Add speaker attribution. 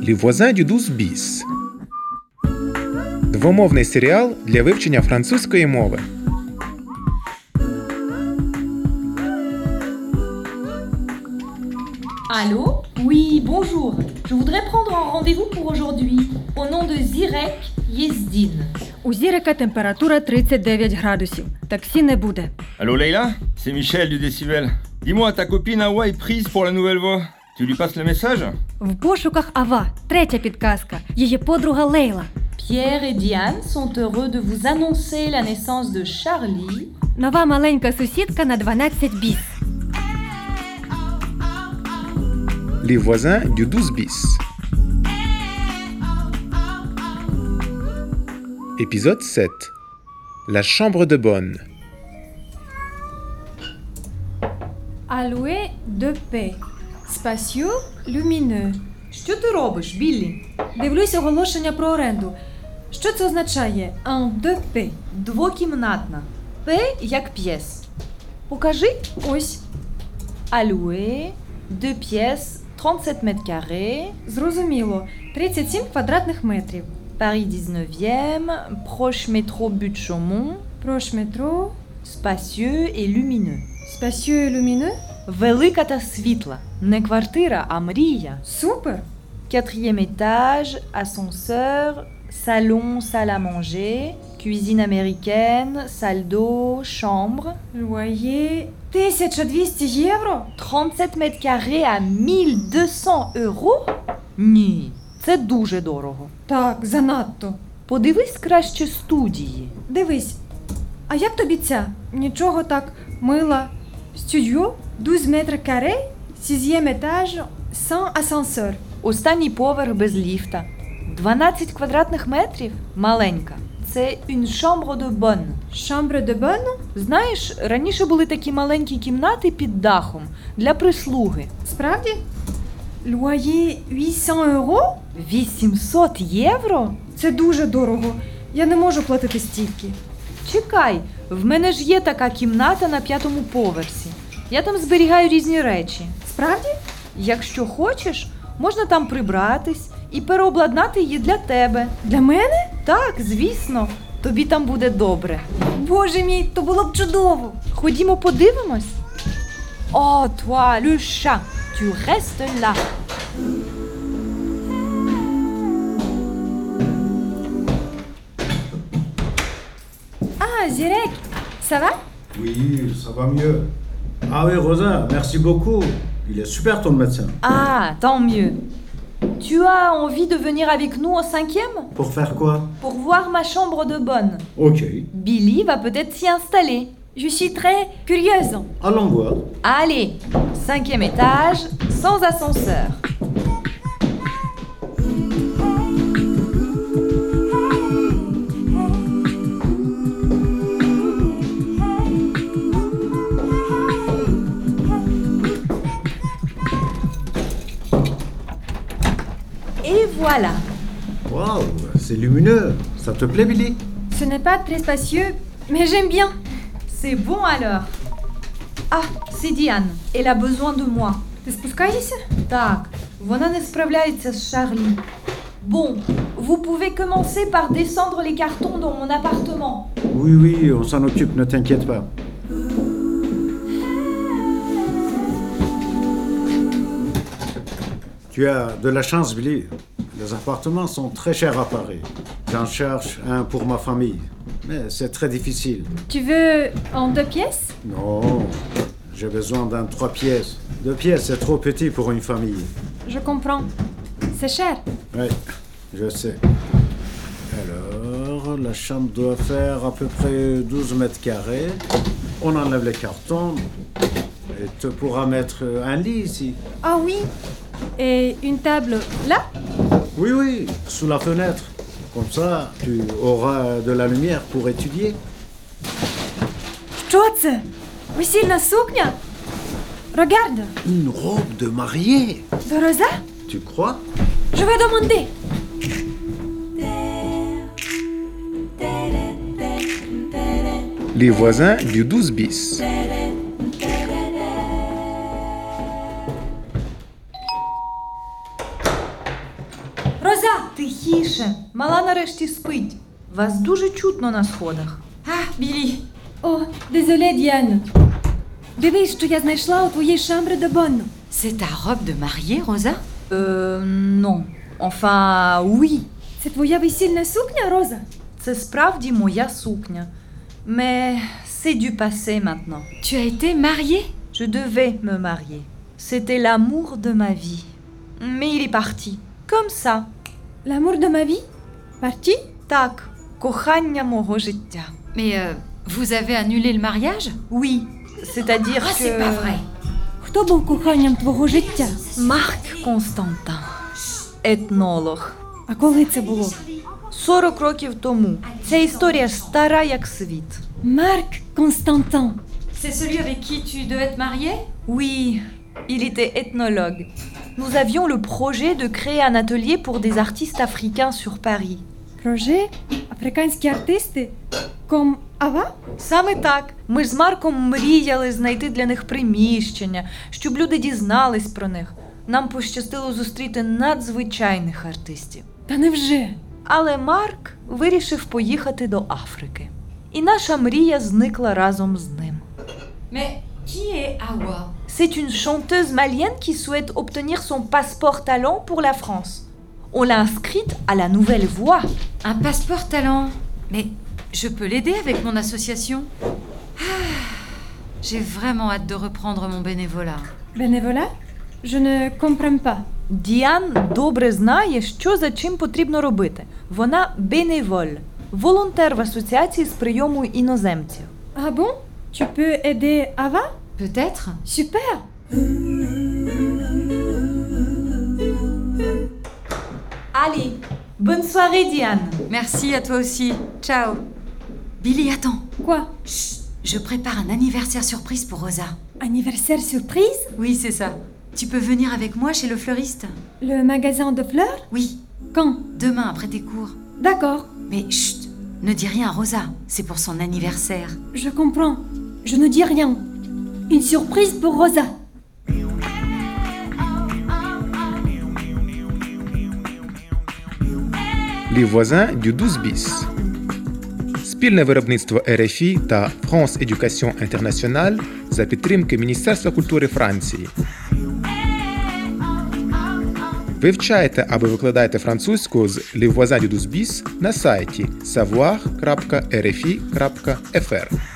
Speaker 1: Les voisins du 12 bis. Двомовний серіал для вивчення французької мови.
Speaker 2: Allô Oui, bonjour. Je voudrais prendre un rendez-vous pour aujourd'hui au nom de Zirek Yezdin.
Speaker 3: У Зірика температура 39 градусів. Таксі не буде.
Speaker 4: Allô Leïla C'est Michel du Décibel. Dis-moi, ta copine Hawa est prise pour la nouvelle voix. Tu lui passes le message
Speaker 3: В пошуках Ава. Третя підказка. Її подруга Лейла.
Speaker 2: Pierre et Diane sont heureux de vous annoncer la naissance de Charlie.
Speaker 3: Нова маленька сусідка на 12 біс.
Speaker 1: Les voisins du 12 bis. Épisode 7. La chambre de bonne.
Speaker 3: Алуе де пе. Спасю люміне.
Speaker 2: Що ти робиш, Біллі?
Speaker 3: Дивлюсь оголошення про оренду. Що це означає? Ан де пе.
Speaker 2: Двокімнатна. П як п'єс. Покажи.
Speaker 3: Ось.
Speaker 2: Alloué, deux pièces, 37 mètres carrés,
Speaker 3: Зрозуміло. 37 квадратних метрів.
Speaker 2: Paris 19e, proche métro Butte-Chaumont,
Speaker 3: Прош метро.
Speaker 2: spacieux et lumineux.
Speaker 3: Спасю люміне.
Speaker 2: Велика та світла. Не квартира, а мрія.
Speaker 3: Супер.
Speaker 2: Quatrième étage, ascenseur, salon, salle à manger, cuisine américaine, salle d'eau, chambre.
Speaker 3: Луає 1200 євро.
Speaker 2: 37 mètres carrés à 1200 euros? Ні, це дуже дорого.
Speaker 3: Так, занадто.
Speaker 2: Подивись краще студії.
Speaker 3: Дивись, а як тобі ця? Нічого так, мила. Стюдіо, 12 метр каре, 6 етаж, сан асансер.
Speaker 2: Останній поверх без ліфта. 12 квадратних метрів? Маленька. Це une chambre de bonne.
Speaker 3: Шамбре де бон?
Speaker 2: Знаєш, раніше були такі маленькі кімнати під дахом для прислуги.
Speaker 3: Справді? Луає 800 євро?
Speaker 2: 800 євро?
Speaker 3: Це дуже дорого. Я не можу платити стільки.
Speaker 2: Чекай, в мене ж є така кімната на п'ятому поверсі. Я там зберігаю різні речі.
Speaker 3: Справді?
Speaker 2: Якщо хочеш, можна там прибратись і переобладнати її для тебе.
Speaker 3: Для мене?
Speaker 2: Так, звісно, тобі там буде добре.
Speaker 3: Боже мій, то було б чудово.
Speaker 2: Ходімо подивимось. О, toi, le chat, tu restes là. Ah,
Speaker 3: А, зірек, сава?
Speaker 5: Oui, ça va mieux. Ah oui, Rosa, merci beaucoup. Il est super ton médecin.
Speaker 2: Ah, tant mieux. Tu as envie de venir avec nous en cinquième
Speaker 5: Pour faire quoi
Speaker 2: pour voir ma chambre de bonne.
Speaker 5: Ok,
Speaker 2: Billy va peut-être s'y installer.
Speaker 3: Je suis très curieuse.
Speaker 5: allons voir.
Speaker 2: Allez, cinquième étage, sans ascenseur. Et voilà.
Speaker 5: Waouh, c'est lumineux. Ça te plaît, Billy
Speaker 3: Ce n'est pas très spacieux, mais j'aime bien.
Speaker 2: C'est bon alors. Ah, c'est Diane. Elle a besoin de moi.
Speaker 3: Ти спускаєшся?
Speaker 2: Так, вона не справляється з Шарлі. Bon, vous pouvez commencer par descendre les cartons dans mon appartement.
Speaker 5: Oui, oui, on s'en occupe, ne t'inquiète pas. Tu as de la chance, Billy. Les appartements sont très chers à Paris. J'en cherche un pour ma famille. Mais c'est très difficile.
Speaker 3: Tu veux en deux pièces
Speaker 5: Non, j'ai besoin d'un trois pièces. Deux pièces, c'est trop petit pour une famille.
Speaker 3: Je comprends. C'est cher.
Speaker 5: Oui, je sais. Alors, la chambre doit faire à peu près 12 mètres carrés. On enlève les cartons et tu pourras mettre un lit ici.
Speaker 3: Ah oui Et une table là
Speaker 5: Oui, oui, sous la fenêtre. Comme ça, tu auras de la lumière pour étudier.
Speaker 3: Що це? Весільна сукня? Regarde,
Speaker 5: Une robe de mariée,
Speaker 3: de Rosa
Speaker 5: tu crois
Speaker 3: Je vais demander.
Speaker 1: Les voisins du 12 bis.
Speaker 2: Ліза! Тихіше! Мала нарешті спить. Вас дуже чутно на сходах.
Speaker 3: А, Білі. О, désolé, Діана. Диви, що я знайшла у твоїй шамбрі де бонну.
Speaker 6: C'est ta robe de mariée, Rosa
Speaker 2: Е, Euh, non. Enfin, oui.
Speaker 3: Це твоя весільна сукня, Роза?
Speaker 2: Це справді моя сукня. Mais c'est du passé maintenant.
Speaker 6: Tu as été mariée
Speaker 2: Je devais me marier. C'était l'amour de ma vie. Mais il est parti. Comme ça.
Speaker 3: L'amour de ma vie? Parti?
Speaker 2: Так, кохання мого життя.
Speaker 6: Mais euh, vous avez annulé le mariage
Speaker 2: Oui, c'est-à-dire
Speaker 6: Ah,
Speaker 2: que...
Speaker 6: c'est pas vrai
Speaker 3: Хто був коханням твого життя?
Speaker 2: Марк Константин, етнолог.
Speaker 3: А коли це було?
Speaker 2: 40 років тому. Ця історія стара як світ.
Speaker 3: Марк Константин.
Speaker 6: C'est celui avec qui tu devais te marier
Speaker 2: Oui, il était ethnologue. Nous avions le projet de créer un atelier pour des artistes africains sur Paris.
Speaker 3: Проже африканські артисти ком ава?
Speaker 2: Саме так. Ми ж з Марком мріяли знайти для них приміщення, щоб люди дізнались про них. Нам пощастило зустріти надзвичайних артистів.
Speaker 3: Та невже?
Speaker 2: Але Марк вирішив поїхати до Африки. І наша мрія зникла разом з ним.
Speaker 6: Mais qui est Awa
Speaker 2: C'est une chanteuse malienne qui souhaite obtenir son passeport talent pour la France. On l'a inscrite à la Nouvelle Voie.
Speaker 6: Un passeport talent. Mais je peux l'aider avec mon association Ah, J'ai vraiment hâte de reprendre mon bénévolat.
Speaker 3: Беневоля? Je ne comprends pas.
Speaker 2: Діан добре знає, що за чим потрібно робити. Вона беневоль, волонтер в асоціації з прийому іноземців.
Speaker 3: Ah bon? Tu peux aider Ava?
Speaker 6: Peut-être
Speaker 3: Super!
Speaker 2: Allez, bonne soirée, Діан.
Speaker 6: Merci à toi aussi. Ciao. Billy, attends.
Speaker 3: Quoi?
Speaker 6: Chut, je prépare un anniversaire surprise pour Rosa.
Speaker 3: Anniversaire surprise?
Speaker 6: Oui, c'est ça. Tu peux venir avec moi chez le fleuriste
Speaker 3: Le magasin de fleurs?
Speaker 6: Oui,
Speaker 3: Quand?
Speaker 6: demain après tes cours.
Speaker 3: D'accord,
Speaker 6: Mais chut, ne dis rien à Rosa, c'est pour son anniversaire.
Speaker 3: je comprends. Je ne dis rien. Une surprise pour Rosa.
Speaker 1: Les voisins du 12 bis. Спільне виробництво РФІ та France Education International за підтримки Міністерства культури Франції. Вивчайте або викладайте французьку з Les voisins du 12 bis на сайті savoir.rfi.fr.